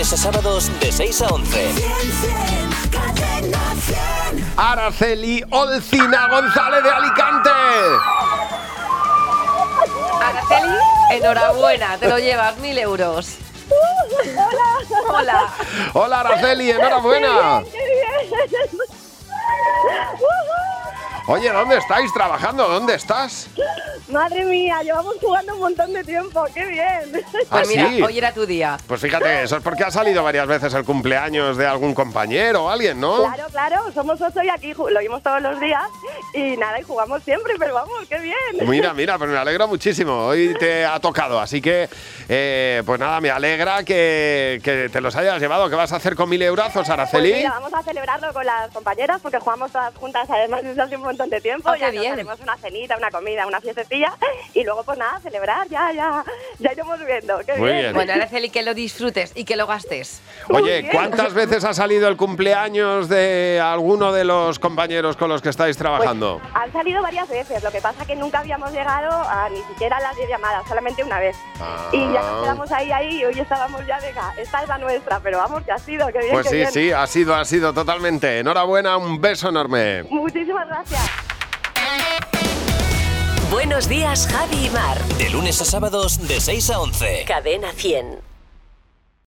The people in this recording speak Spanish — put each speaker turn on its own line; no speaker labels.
a sábados de 6 a 11.
Araceli Olcina González de Alicante.
Araceli, enhorabuena, te lo llevas mil euros.
Hola.
Hola.
Hola Araceli, enhorabuena.
Qué bien, qué bien.
Oye, ¿dónde estáis trabajando? ¿Dónde estás?
Pues Madre mía, llevamos jugando un montón de tiempo, qué bien.
Ah,
Pues mira,
sí.
hoy era tu día.
Pues fíjate, eso es porque ha salido varias veces el cumpleaños de algún compañero o alguien, ¿no?
Claro, claro, somos ocho y aquí ju- lo vimos todos los días y nada, y jugamos siempre, pero vamos, qué bien.
Mira, mira, pues me alegro muchísimo. Hoy te ha tocado, así que, eh, pues nada, me alegra que, que te los hayas llevado. ¿Qué vas a hacer con mil eurazos,
Pues
Araceli?
mira, vamos a celebrarlo con las compañeras porque jugamos todas juntas, además desde hace un montón de tiempo.
Oh,
Ah,
ya
qué
nos
bien.
haremos una cenita, una comida, una fiestecilla y luego pues nada, celebrar, ya, ya, ya iremos viendo. Qué
Muy bien.
Bueno, Araceli, que lo disfrutes y que lo gastes.
Muy
Oye,
bien.
¿cuántas veces ha salido el cumpleaños de alguno de los compañeros con los que estáis
Pues,
trabajando?
han salido varias veces, lo que pasa que nunca habíamos llegado a ni siquiera las 10 llamadas, solamente una vez.
Ah.
Y ya nos quedamos ahí, ahí, y hoy estábamos ya, venga, esta es la nuestra, pero vamos, que ha sido, qué bien,
Pues
qué
sí,
bien.
sí, ha sido, ha sido totalmente. Enhorabuena, un beso enorme.
Muchísimas gracias.
Buenos días, Javi y Mar.
De lunes a sábados de 6 a 11.
Cadena 100.